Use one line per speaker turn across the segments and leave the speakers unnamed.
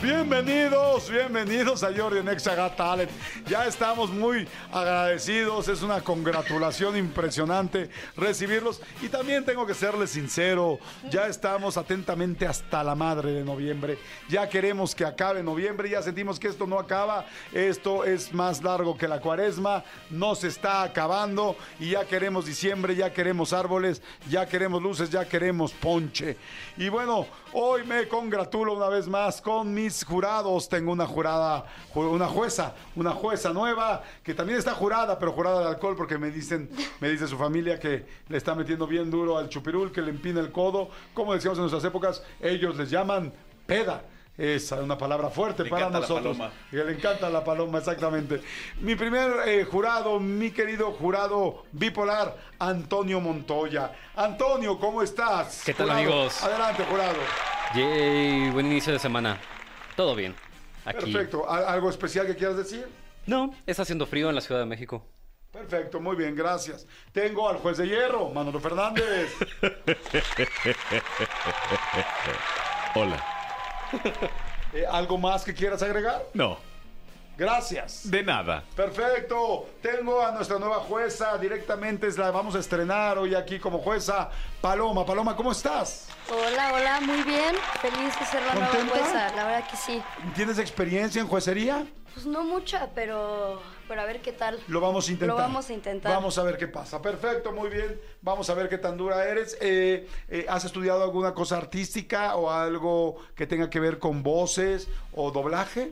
Bienvenidos, bienvenidos a Jordi en Exa Got Talent. Ya estamos muy agradecidos, es una congratulación impresionante recibirlos. Y también tengo que serles sincero, ya estamos atentamente hasta la madre de noviembre. Ya queremos que acabe noviembre, ya sentimos que esto no acaba, esto es más largo que la cuaresma, no se está acabando y ya queremos diciembre, ya queremos árboles, ya queremos luces, ya queremos ponche. Y bueno, hoy me congratulo una vez más con mis jurados. Tengo una jurada, ju- una jueza, una jueza nueva que también está jurada, pero jurada de alcohol porque me dicen, me dice su familia que le está metiendo bien duro al chupirul, que le empina el codo. Como decíamos en nuestras épocas, ellos les llaman peda. Es una palabra fuerte
Le
para
encanta la
nosotros.
paloma.
Que le encanta la paloma, exactamente. Mi primer eh, jurado, mi querido jurado bipolar, Antonio Montoya. Antonio, ¿cómo estás?
¿Qué tal,
Jurado,
amigos?
Adelante, jurado.
Yay, buen inicio de semana. Todo bien. Aquí.
Perfecto. ¿Al- ¿Algo especial que quieras decir?
No, está haciendo frío en la Ciudad de México.
Perfecto, muy bien, gracias. Tengo al juez de hierro, Manolo Fernández.
Hola.
Eh, ¿Algo más que quieras agregar?
No,
Gracias.
de nada.
Perfecto, tengo a nuestra nueva jueza, directamente es la vamos a estrenar hoy aquí como jueza, Paloma. Paloma, ¿cómo estás?
Hola, hola, muy bien. Feliz de ser la nueva
¿Contenta?
jueza, la verdad que sí.
¿Tienes experiencia en juecería?
Pues no mucha, pero, pero a ver qué tal.
Lo vamos a intentar.
Lo vamos a intentar.
Vamos a ver qué pasa. Perfecto, muy bien. Vamos a ver qué tan dura eres. Eh, eh, ¿Has estudiado alguna cosa artística o algo que tenga que ver con voces o doblaje?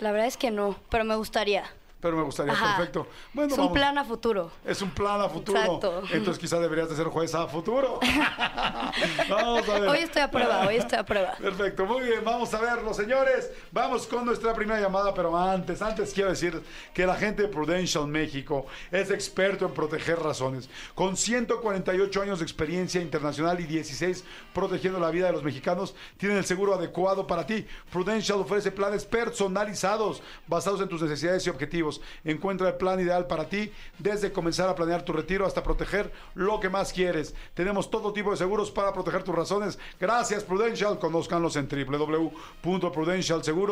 La verdad es que no, pero me gustaría.
Pero me gustaría,
Ajá.
perfecto. Bueno,
es
vamos.
un plan a futuro.
Es un plan a futuro.
Exacto.
Entonces quizá deberías de ser jueza a futuro. vamos a ver.
Hoy estoy a prueba, hoy estoy a prueba.
Perfecto, muy bien, vamos a verlo, señores. Vamos con nuestra primera llamada, pero antes, antes quiero decir que la gente de Prudential México es experto en proteger razones. Con 148 años de experiencia internacional y 16 protegiendo la vida de los mexicanos, tienen el seguro adecuado para ti. Prudential ofrece planes personalizados basados en tus necesidades y objetivos. Encuentra el plan ideal para ti desde comenzar a planear tu retiro hasta proteger lo que más quieres. Tenemos todo tipo de seguros para proteger tus razones. Gracias Prudential. Conózcanlos en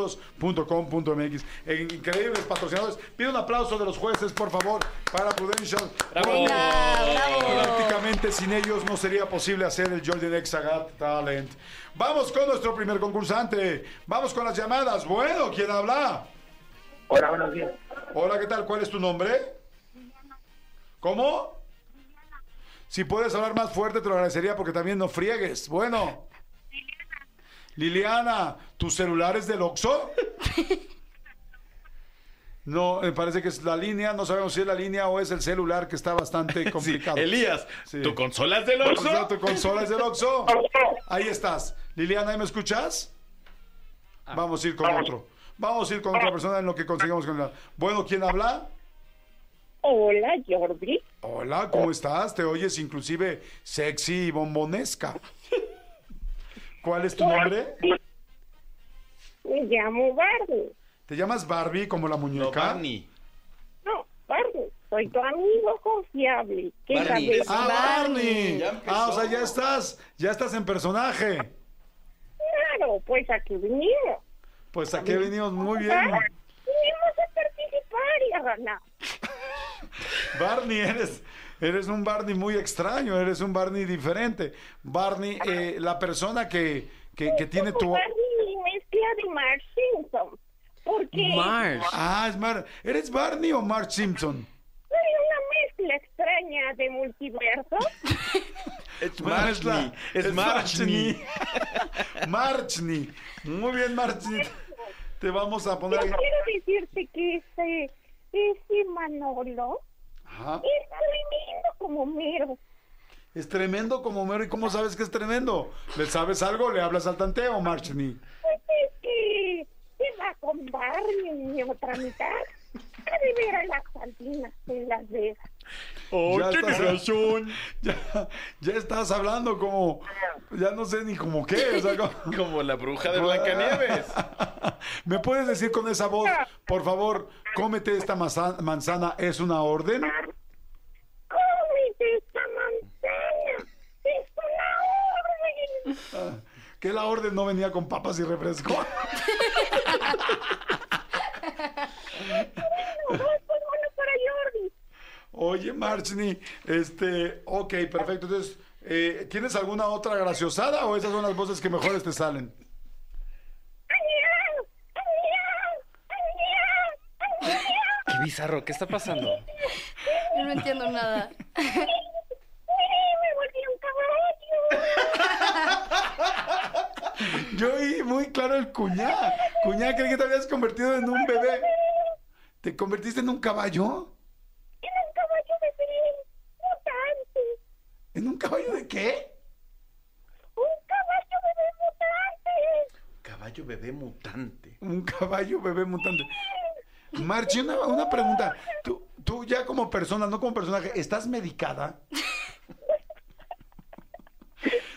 www.prudentialseguros.com.mx. En- Eh, Increíbles patrocinadores. Pido un aplauso de los jueces, por favor, para Prudential.
Bravo.
Venga, bravo.
Prácticamente sin ellos no sería posible hacer el Jordi Exagat Talent. Vamos con nuestro primer concursante. Vamos con las llamadas. Bueno, ¿quién habla?
Hola, buenos días.
Hola, ¿qué tal? ¿Cuál es tu nombre? ¿Cómo? Si puedes hablar más fuerte, te lo agradecería porque también no friegues. Bueno. Liliana, ¿tu celular es del Oxxo? No, me parece que es la línea, no sabemos si es la línea o es el celular que está bastante complicado.
Elías,
Sí.
¿tu consola es del
Pues, no,
Oxxo?
tu consola es del Oxxo. Ahí estás. Liliana, ¿ahí me escuchas?
Ah.
Vamos a ir con otro. Vamos a ir con otra persona en lo que consigamos con la- Bueno, ¿quién habla?
Hola, Jordi.
Hola, ¿cómo estás? Te oyes inclusive sexy y bombonesca. ¿Cuál es tu nombre?
Me llamo Barney.
¿Te llamas Barbie como la muñeca?
Barney.
No, Barney, soy tu amigo confiable. ¿Qué
Barney,
sabes?
es-
Ah, Barney.
Ya empezó.
Ah, o sea, ya estás, ya estás en personaje.
Claro, pues aquí vinimos.
Pues aquí venimos muy bien.
Ah, Vinimos a participar y a ganar.
Barney, eres, eres un Barney muy extraño, eres un Barney diferente. Barney, eh, la persona que, que, que tiene tu...
Barney mezcla de Mark Simpson. Porque
Mars.
Ah, es Mar... ¿Eres Barney o Marge Simpson?
soy una mezcla extraña de multiverso.
Es
Bueno, es la-
Marchni. Es Marchni.
Marchni. Muy bien, Marchni. Te vamos a poner...
Yo
ahí.
quiero decirte que ese, ese Manolo
Ajá.
es tremendo como mero.
Es tremendo como Homero. ¿Y cómo sabes que es tremendo? ¿Le sabes algo? ¿Le hablas al tanteo, Marchni?
Pues es que se va con Barney mi otra mitad a beber a las cantinas en Las Vegas.
Oh,
Ya
tienes
estás-
razón.
Ya, ya estás hablando como. Ya no sé ni como qué. o sea, como-
Como la bruja de Blancanieves.
¿Me puedes decir con esa voz, por favor, cómete esta maza- manzana? ¿Es una orden?
¡Cómete esta manzana! ¡Es una orden!
Que la orden no venía con papas y refresco.
No, esto es bueno para Jordi.
Oye, Marchni, este. Ok, perfecto. Entonces, eh, ¿tienes alguna otra graciosada o esas son las voces que mejores te salen?
¡Adiós! ¡Adiós! ¡Adiós! ¡Adiós!
Qué bizarro, ¿qué está pasando?
No entiendo nada.
¡Mire, me volví un caballo!
Yo oí muy claro el cuñá. Cuñá, creí que te habías convertido en un bebé. ¿Te convertiste en un caballo?
¡Era un caballo bebé! ¡Mutante!
¿En un caballo de qué?
¡Un caballo bebé mutante!
Caballo bebé mutante.
Un caballo bebé mutante. Marchi, una, una pregunta. Tú, tú ya como persona, no como personaje, ¿estás medicada?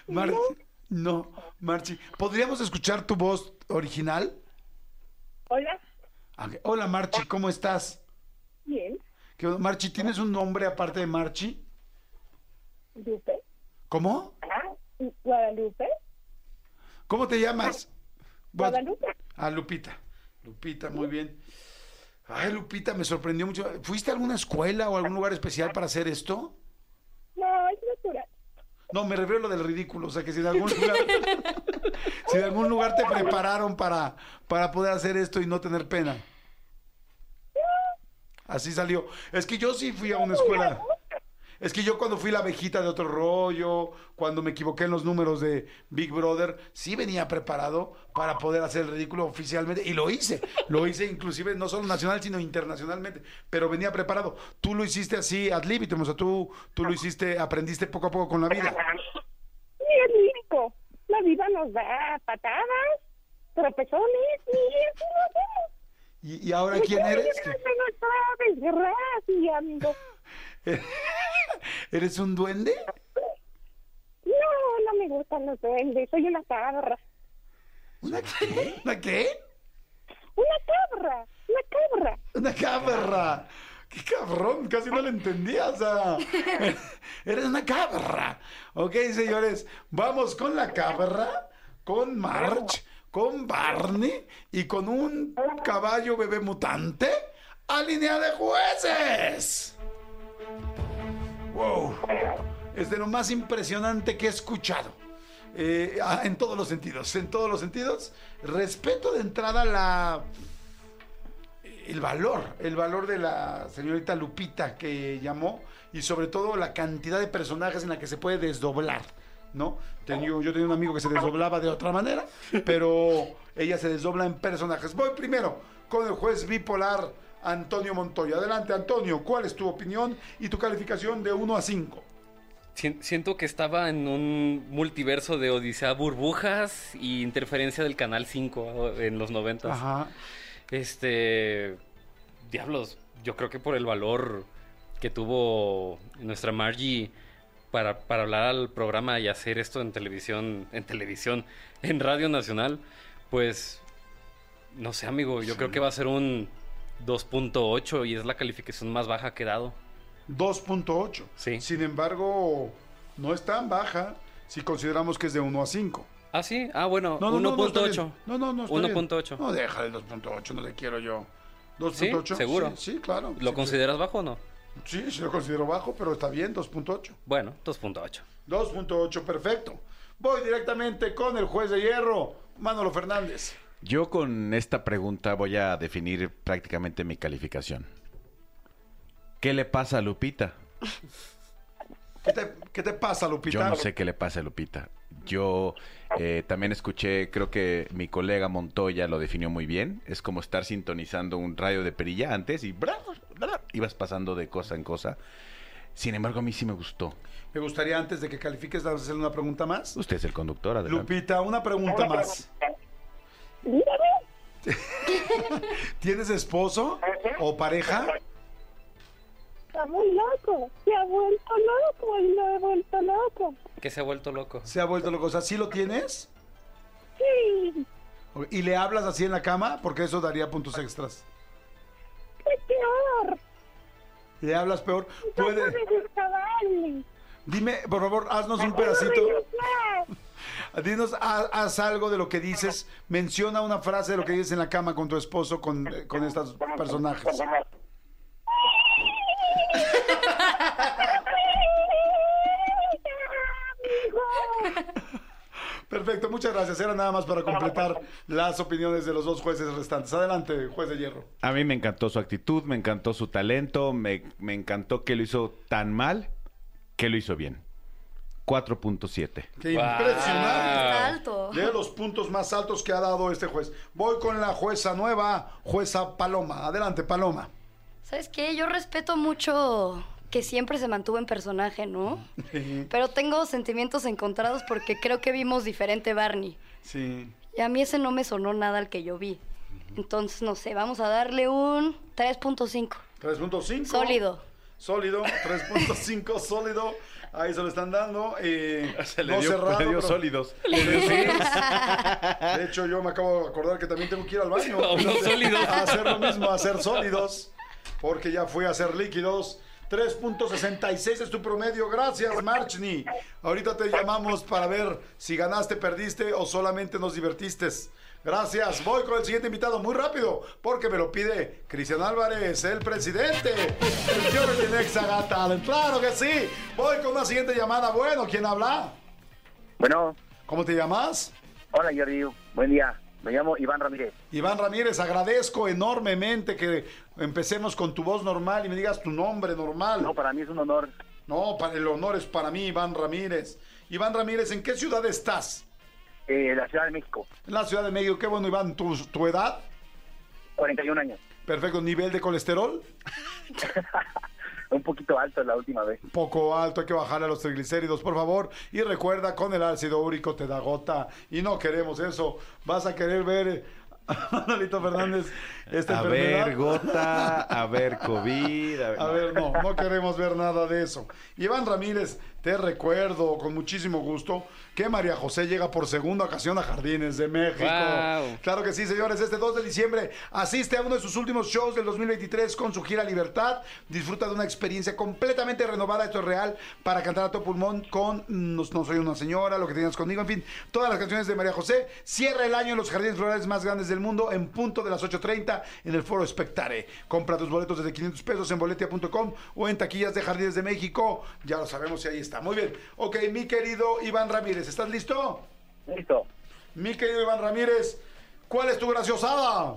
Mar- no, Marchi. ¿Podríamos escuchar tu voz original?
Hola,
Ah, Hola, Marchi, ¿cómo estás?
bien,
¿Qué onda? Marchi, ¿tienes un nombre aparte de Marchi?
Lupe.
¿Cómo?
Ah, Guadalupe.
¿Cómo te llamas? Gua-
Guadalupe.
Ah, Lupita. Lupita, muy bien. Ay, Lupita, me sorprendió mucho. ¿Fuiste a alguna escuela o algún lugar especial para hacer esto?
No, es natural.
No, me refiero a lo del ridículo. O sea, que si de algún lugar, si de algún lugar te prepararon para, para poder hacer esto y no tener pena. Así salió. Es que yo sí fui a una escuela. Es que yo cuando fui la abejita de otro rollo, cuando me equivoqué en los números de Big Brother, sí venía preparado para poder hacer el ridículo oficialmente. Y lo hice. Lo hice inclusive no solo nacional, sino internacionalmente. Pero venía preparado. Tú lo hiciste así ad libitum. O sea, tú, tú lo hiciste, aprendiste poco a poco con la vida.
Ni es lírico. La vida nos da patadas, tropezones y eso no sé.
¿Y, y ahora quién
Muchas
eres?
gracias a nuestra desgracia, amigo.
¿Qué- ¿Eres un duende?
No, no me gustan los duendes. Soy una cabra.
¿Una qué? ¿Una qué?
Una cabra. Una cabra.
Una cabra. ¡Qué cabrón! Casi no lo entendía. O sea, eres una cabra. Ok, señores, vamos con la cabra, con March, con Barney y con un caballo bebé mutante a línea de jueces. ¡Wow! Es de lo más impresionante que he escuchado. Eh, ah, en todos los sentidos, en todos los sentidos. Respeto de entrada la el valor, el valor de la señorita Lupita que llamó y sobre todo la cantidad de personajes en la que se puede desdoblar, ¿no? Tenía- yo tenía un amigo que se desdoblaba de otra manera, pero ella se desdobla en personajes. Voy primero con el juez bipolar Antonio Montoya. Adelante, Antonio, ¿cuál es tu opinión y tu calificación de 1 a 5?
Sien- Siento que estaba en un multiverso de Odisea Burbujas y interferencia del Canal 5 en los 90.
Ajá.
Este. Diablos, yo creo que por el valor que tuvo nuestra Margie para, para hablar al programa y hacer esto en televisión, en televisión, en Radio Nacional, pues. No sé, amigo, yo creo que va a ser un 2.8 y es la calificación más baja que he dado.
2.8.
Sí.
Sin embargo, no es tan baja si consideramos que es de 1 a 5.
Ah, sí, ah, bueno,
No, no, no, no, está
1.8.
bien. No, no, no. está bien.
1.8.
No, deja el 2.8, no te quiero yo.
¿Sí?
¿2.8?
¿Seguro?
Sí, sí, claro.
¿Lo
Sí,
consideras bajo o no?
Sí, sí, lo considero bajo, pero está bien, 2.8.
Bueno, 2.8.
2.8, perfecto. Voy directamente con el juez de hierro, Manolo Fernández.
Yo con esta pregunta voy a definir prácticamente mi calificación. ¿Qué le pasa a Lupita?
¿Qué te, qué te pasa, Lupita?
Yo no sé qué le pasa a Lupita. Yo eh, también escuché, creo que mi colega Montoya lo definió muy bien. Es como estar sintonizando un radio de perilla antes y bra, bra, ibas pasando de cosa en cosa. Sin embargo, a mí sí me gustó.
Me gustaría antes de que califiques hacerle una pregunta más.
Usted es el conductor, Pues, adelante.
Lupita, una pregunta más.
Mírame.
¿Tienes esposo o pareja?
Está muy loco. Se ha vuelto loco y lo he vuelto loco.
Que se ha vuelto loco.
Se ha vuelto loco. O sea, ¿sí lo tienes?
Sí.
Ok, ¿Y le hablas así en la cama? Porque eso daría puntos extras.
¡Qué peor!
¿Le hablas peor?
No
Puede-
puedes escaparle.
Dime, por favor, haznos un pedacito. Dinos, ha- haz algo de lo que dices. Menciona una frase de lo que dices en la cama con tu esposo, con, eh, con estos personajes. Perfecto, muchas gracias. Era nada más para completar las opiniones de los dos jueces restantes. Adelante, juez de hierro.
A mí me encantó su actitud, me encantó su talento, me, me encantó que lo hizo tan mal que lo hizo bien. 4.7.
Qué
Wow.
impresionante.
Ah.
Está alto.
De los puntos más altos que ha dado este juez. Voy con la jueza nueva, jueza Paloma. Adelante, Paloma.
¿Sabes qué? Yo respeto mucho que siempre se mantuvo en personaje, ¿no? Pero tengo sentimientos encontrados porque creo que vimos diferente Barney.
Sí.
Y a mí ese no me sonó nada al que yo vi. Entonces, no sé, vamos a darle un 3.5.
3.5.
Sólido.
Sólido, 3.5 sólido. Ahí se lo están dando. eh,
Se le
no
dio,
cerrado,
le dio
pero-
sólidos.
De hecho, yo me acabo de acordar que también tengo que ir al baño.
A unos sólidos.
A hacer lo mismo, a hacer sólidos. Porque ya fui a hacer líquidos. 3.66 es tu promedio. Gracias, Marchni. Ahorita te llamamos para ver si ganaste, perdiste o solamente nos divertiste. Gracias. Voy con el siguiente invitado muy rápido porque me lo pide Cristian Álvarez, el presidente. El Jordi Nexa Got Talent. Claro que sí. Voy con una siguiente llamada. Bueno, ¿quién habla?
Bueno,
¿Cómo te llamas?
hola Jordi, buen día. Me llamo Iván Ramírez.
Iván Ramírez, agradezco enormemente que empecemos con tu voz normal y me digas tu nombre normal.
No, para mí es un honor.
No, para el honor es para mí, Iván Ramírez. Iván Ramírez, ¿en qué ciudad estás?
Eh, la Ciudad de México,
En la Ciudad de México. Qué bueno, Iván, tu, tu edad.
41 años.
Perfecto, nivel de colesterol.
Un poquito alto la última vez.
Poco alto, hay que bajarle a los triglicéridos, por favor. Y recuerda, con el ácido úrico te da gota. Y no queremos eso. Vas a querer ver, Manolito Fernández, esta
A
enfermedad.
ver, gota, a ver, COVID. A ver,
A ver, no, no queremos ver nada de eso. Iván Ramírez, te recuerdo con muchísimo gusto que María José llega por segunda ocasión a Jardines de México.
Guau.
Claro que sí, señores. Este 2 de diciembre asiste a uno de sus últimos shows del 2023 con su gira Libertad. Disfruta de una experiencia completamente renovada, esto es real, para cantar a tu pulmón con No, No soy una señora, lo que tenías conmigo, en fin, todas las canciones de María José. Cierra el año en los jardines florales más grandes del mundo en punto de las 8.30 en el foro Spectare. Compra tus boletos desde 500 pesos en boletia.com o en taquillas de Jardines de México. Ya lo sabemos y ahí está. Muy bien. Ok, mi querido Iván Ramírez, ¿estás listo?
Listo.
Mi querido Iván Ramírez, ¿cuál es tu graciosada?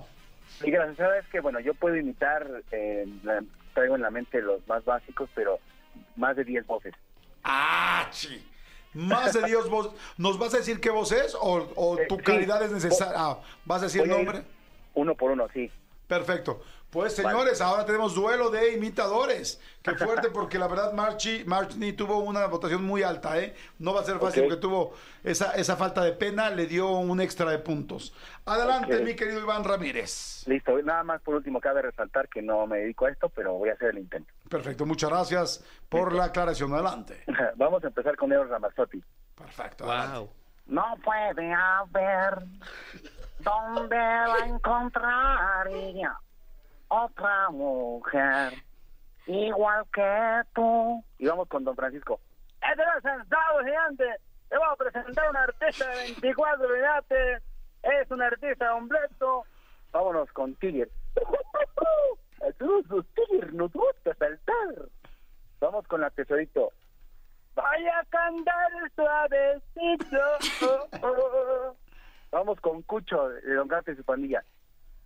Y gracias es que, bueno, yo puedo imitar, eh, la- traigo en la mente los más básicos, pero más de 10 voces.
¡Ah, chi! Más de Dios, vos, ¿nos vas a decir qué voz es o, o
Eh,
tu
sí.
calidad es necesaria? Ah, ¿Vas a decir el
Voy a ir
nombre?
Uno por uno, sí.
Perfecto. Pues señores, ahora tenemos duelo de imitadores. Qué fuerte, porque la verdad Marchi, Marchni tuvo una votación muy alta, ¿eh? No va a ser fácil
Ok.
porque tuvo esa, esa falta de pena, le dio un extra de puntos. Adelante,
Ok.
mi querido Iván Ramírez.
Listo. Nada más por último, cabe resaltar que no me dedico a esto, pero voy a hacer el intento.
Perfecto, muchas gracias por la aclaración. Adelante.
Vamos a empezar con Eros Ramazzotti.
Perfecto. adelante.
Wow.
No puede haber donde la encontraría otra mujer igual que tú. Y vamos con don Francisco. Este es el sentado gigante. Te voy a presentar un artista de 24 edades. Es un artista completo. Vámonos con Tiger. Truzo, Tiger, nos gusta saltar. Vamos con la tesorito. Vaya a cantar suavecito. Oh, oh, oh. Vamos con Cucho, de Don Gato y su pandilla.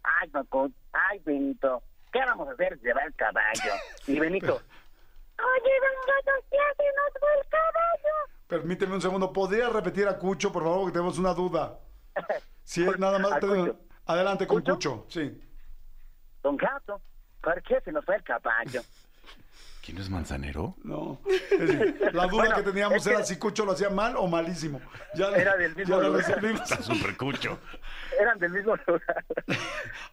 Ay, don Cu- ay, Benito, ¿qué vamos a hacer? Llevar el caballo. Y Benito,
Oye, don Gato, ¿qué hace? Nos va el caballo.
Permíteme un segundo. ¿Podría repetir a Cucho, por favor, que tenemos una duda? Sí, nada más.
¿A
tenemos-
Cucho?
Adelante con Cucho.
¿Cucho?
Sí.
Don Gato, ¿por qué se nos fue el caballo?
¿Quién no es manzanero?
No. Es decir, la duda
Bueno,
que teníamos
es que-
era si Cucho lo hacía mal o malísimo. Ya,
Era del mismo
ya lo
lugar.
resolvimos.
Supercucho.
Eran del mismo lugar.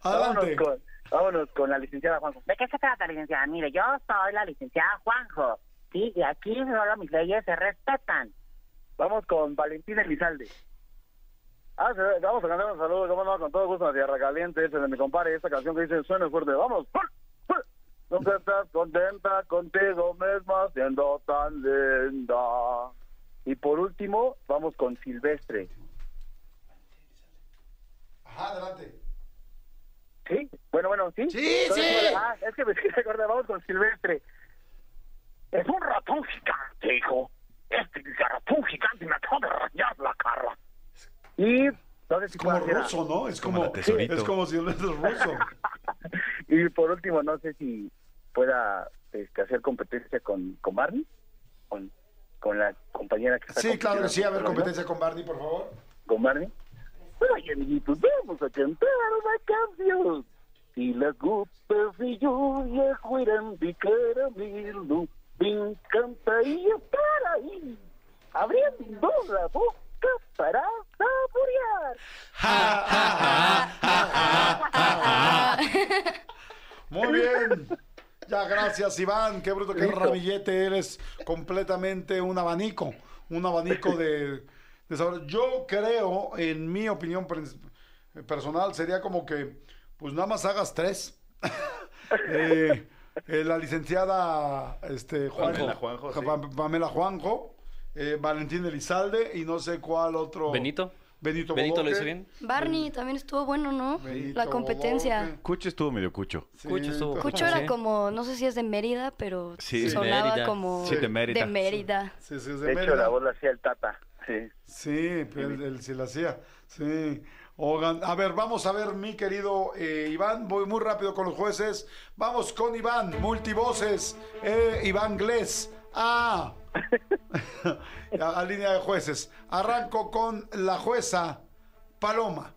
Adelante.
Vámonos con Vámonos con la licenciada Juanjo.
¿De qué se trata, licenciada? Mire, yo soy la licenciada Juanjo. Sí, y aquí solo mis leyes se respetan.
Vamos con Valentina Elizalde. Ah, se ve, vamos a cantar un saludo, cómo no, con todo gusto, a Tierra Caliente, ese de mi compadre, esa canción que dice, suena fuerte, vamos. ¿Dónde estás contenta contigo misma siendo tan linda? Y por último, vamos con Silvestre.
Ajá, adelante.
¿Sí? Bueno, bueno, ¿sí?
Sí, sí.
Ah, es que me acordé, vamos con Silvestre.
Es un ratón gigante, hijo. Este ratón gigante me acaba de rayar la cara.
Y no sé
Es
si
como
puedo hacer-
ruso, ¿no? Es
Como
como,
la tesorito.
es como si es ruso.
Y por último, no sé si pueda este, hacer competencia con, con Barney, con, con la compañera que está
Sí, claro que sí. A ver, competencia
compitiendo con
con Barney, por favor.
Barney, Con Barney. Oye, amiguitos, vamos a cantar una canción. Si las gotas y lluvia fueran de caramelo, me encantaría estar ahí, abriendo la boca para saborear.
Muy bien. Ya, gracias, Iván. Qué bruto, qué
Listo.
ramillete eres. Completamente un abanico. Un abanico de, de sabores. Yo creo, en mi opinión pres- personal, sería como que, pues nada más hagas tres. Eh, eh, la licenciada este, Juanjo,
Pamela Juanjo, sí.
Pa- Pamela Juanjo, eh, Valentín Elizalde y no sé cuál otro.
Benito.
Benito
Benito lo
Bodoque.
hizo bien.
Barney también estuvo bueno, ¿no?
Benito
la competencia.
Bodoque.
Cucho estuvo medio cucho.
Sí,
Cucho estuvo.
Cucho era
Sí.
como, no sé si es de Mérida, pero
Sí,
sonaba
Mérida.
como
Sí, de Mérida.
de Mérida.
Sí, sí, es de
De hecho,
Mérida.
la voz la hacía el Tata. Sí.
Sí, pero él, él sí la hacía. Sí. Oigan, a ver, vamos a ver, mi querido eh, Iván. Voy muy rápido con los jueces. Vamos con Iván, multivoces. eh, Iván Glés. Ah. a, a línea de jueces. Arranco con la jueza Paloma.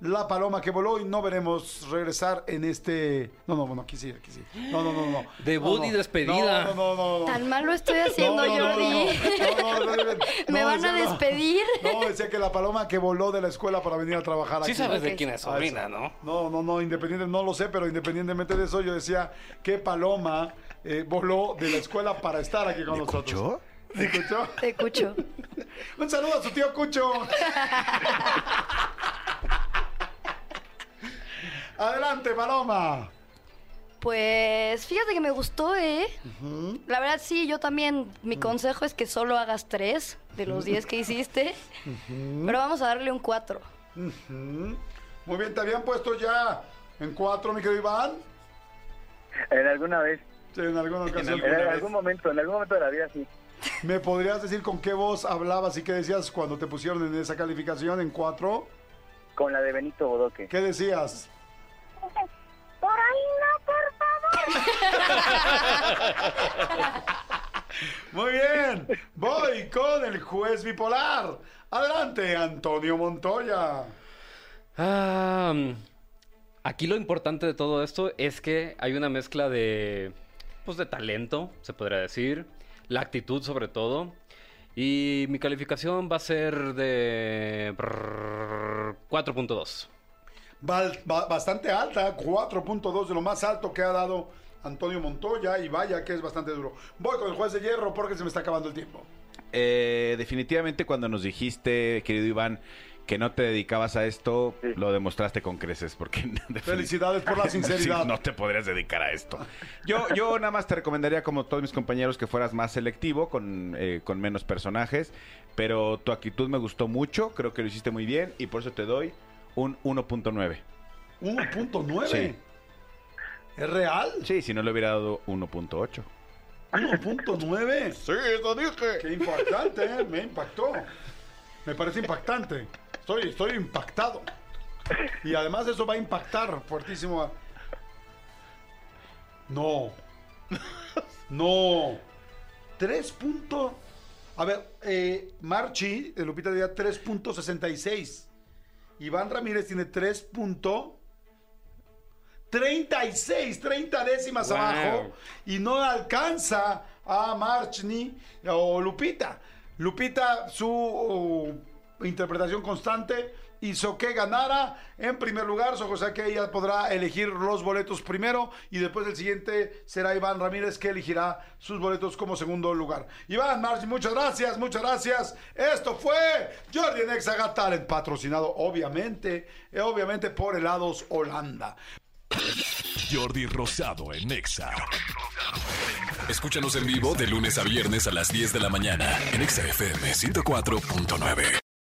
La paloma que voló y no veremos regresar en este. No, no, no, aquí sí, aquí sí. No, no, no, no. No,
Debut
no.
y despedida.
No, no, no, no, no.
Tan mal lo estoy haciendo,
No, no, no,
Jordi.
no, no, no, no, no,
¿Me van
decía,
a
no.
despedir?
No, decía que la paloma que voló de la escuela para venir a trabajar
Sí
aquí.
sabes
ok.
de quién es
Ah, eso.
sobrina, ¿no?
No, no, no, independiente, no lo sé, pero independientemente de eso, yo decía que paloma eh, voló de la escuela para estar aquí con nosotros.
¿Cucho?
¿De Cucho?
Te Cucho.
Un saludo a su tío Cucho. Adelante, paloma.
Pues fíjate que me gustó, ¿eh? La verdad sí, yo también. Mi consejo es que solo hagas tres de los diez que hiciste. Pero vamos a darle un cuatro.
Ujú. Muy bien, te habían puesto ya en cuatro, mi querido Iván.
En alguna vez,
Sí, en alguna ocasión.
en algún momento, en algún momento de la vida, sí.
¿Me podrías decir con qué voz hablabas y qué decías cuando te pusieron en esa calificación en cuatro?
Con la de Benito Bodoque.
¿Qué decías?
Por ahí no, por favor.
Muy bien, voy con el juez bipolar. Adelante, Antonio Montoya.
Ah, mm, aquí lo importante de todo esto es que hay una mezcla de, pues, de talento, se podría decir, la actitud sobre todo. Y mi calificación va a ser de brrr, 4.2.
Bal- ba- bastante alta, 4.2 de lo más alto que ha dado Antonio Montoya y vaya que es bastante duro. Voy con el juez de hierro porque se me está acabando el tiempo.
Eh, definitivamente cuando nos dijiste, querido Iván, que no te dedicabas a esto,
Sí.
lo demostraste con creces, porque definitivamente-
Felicidades por la sinceridad.
Sí, no te podrías dedicar a esto. Yo, yo nada más te recomendaría, como todos mis compañeros, que fueras más selectivo, con, eh, con menos personajes. Pero tu actitud me gustó mucho, creo que lo hiciste muy bien y por eso te doy un 1.9.
1.9.
Sí.
¿Es real?
Sí, si no le hubiera dado 1.8.
1.9. Sí, eso dije. Qué impactante, ¿eh? me impactó. Me parece impactante. Estoy, estoy impactado. Y además eso va a impactar fuertísimo. a- No. No. 3 puntos. A ver, eh, Marchi, de Lupita diría 3.66. Iván Ramírez tiene 3 punto 36, 30 décimas
Wow.
abajo. Y no alcanza a Marchni o Lupita. Lupita, su oh, interpretación uh, constante hizo que ganara en primer lugar. So, o sea que ella podrá elegir los boletos primero y después el siguiente será Iván Ramírez que elegirá sus boletos como segundo lugar. Iván Marci, muchas gracias, muchas gracias. Esto fue Jordi en Exa Got Talent, patrocinado obviamente, eh, obviamente por Helados Holanda.
Jordi Rosado en Exa. Escúchanos en vivo de lunes a viernes a las 10 de la mañana en Exa FM 104.9.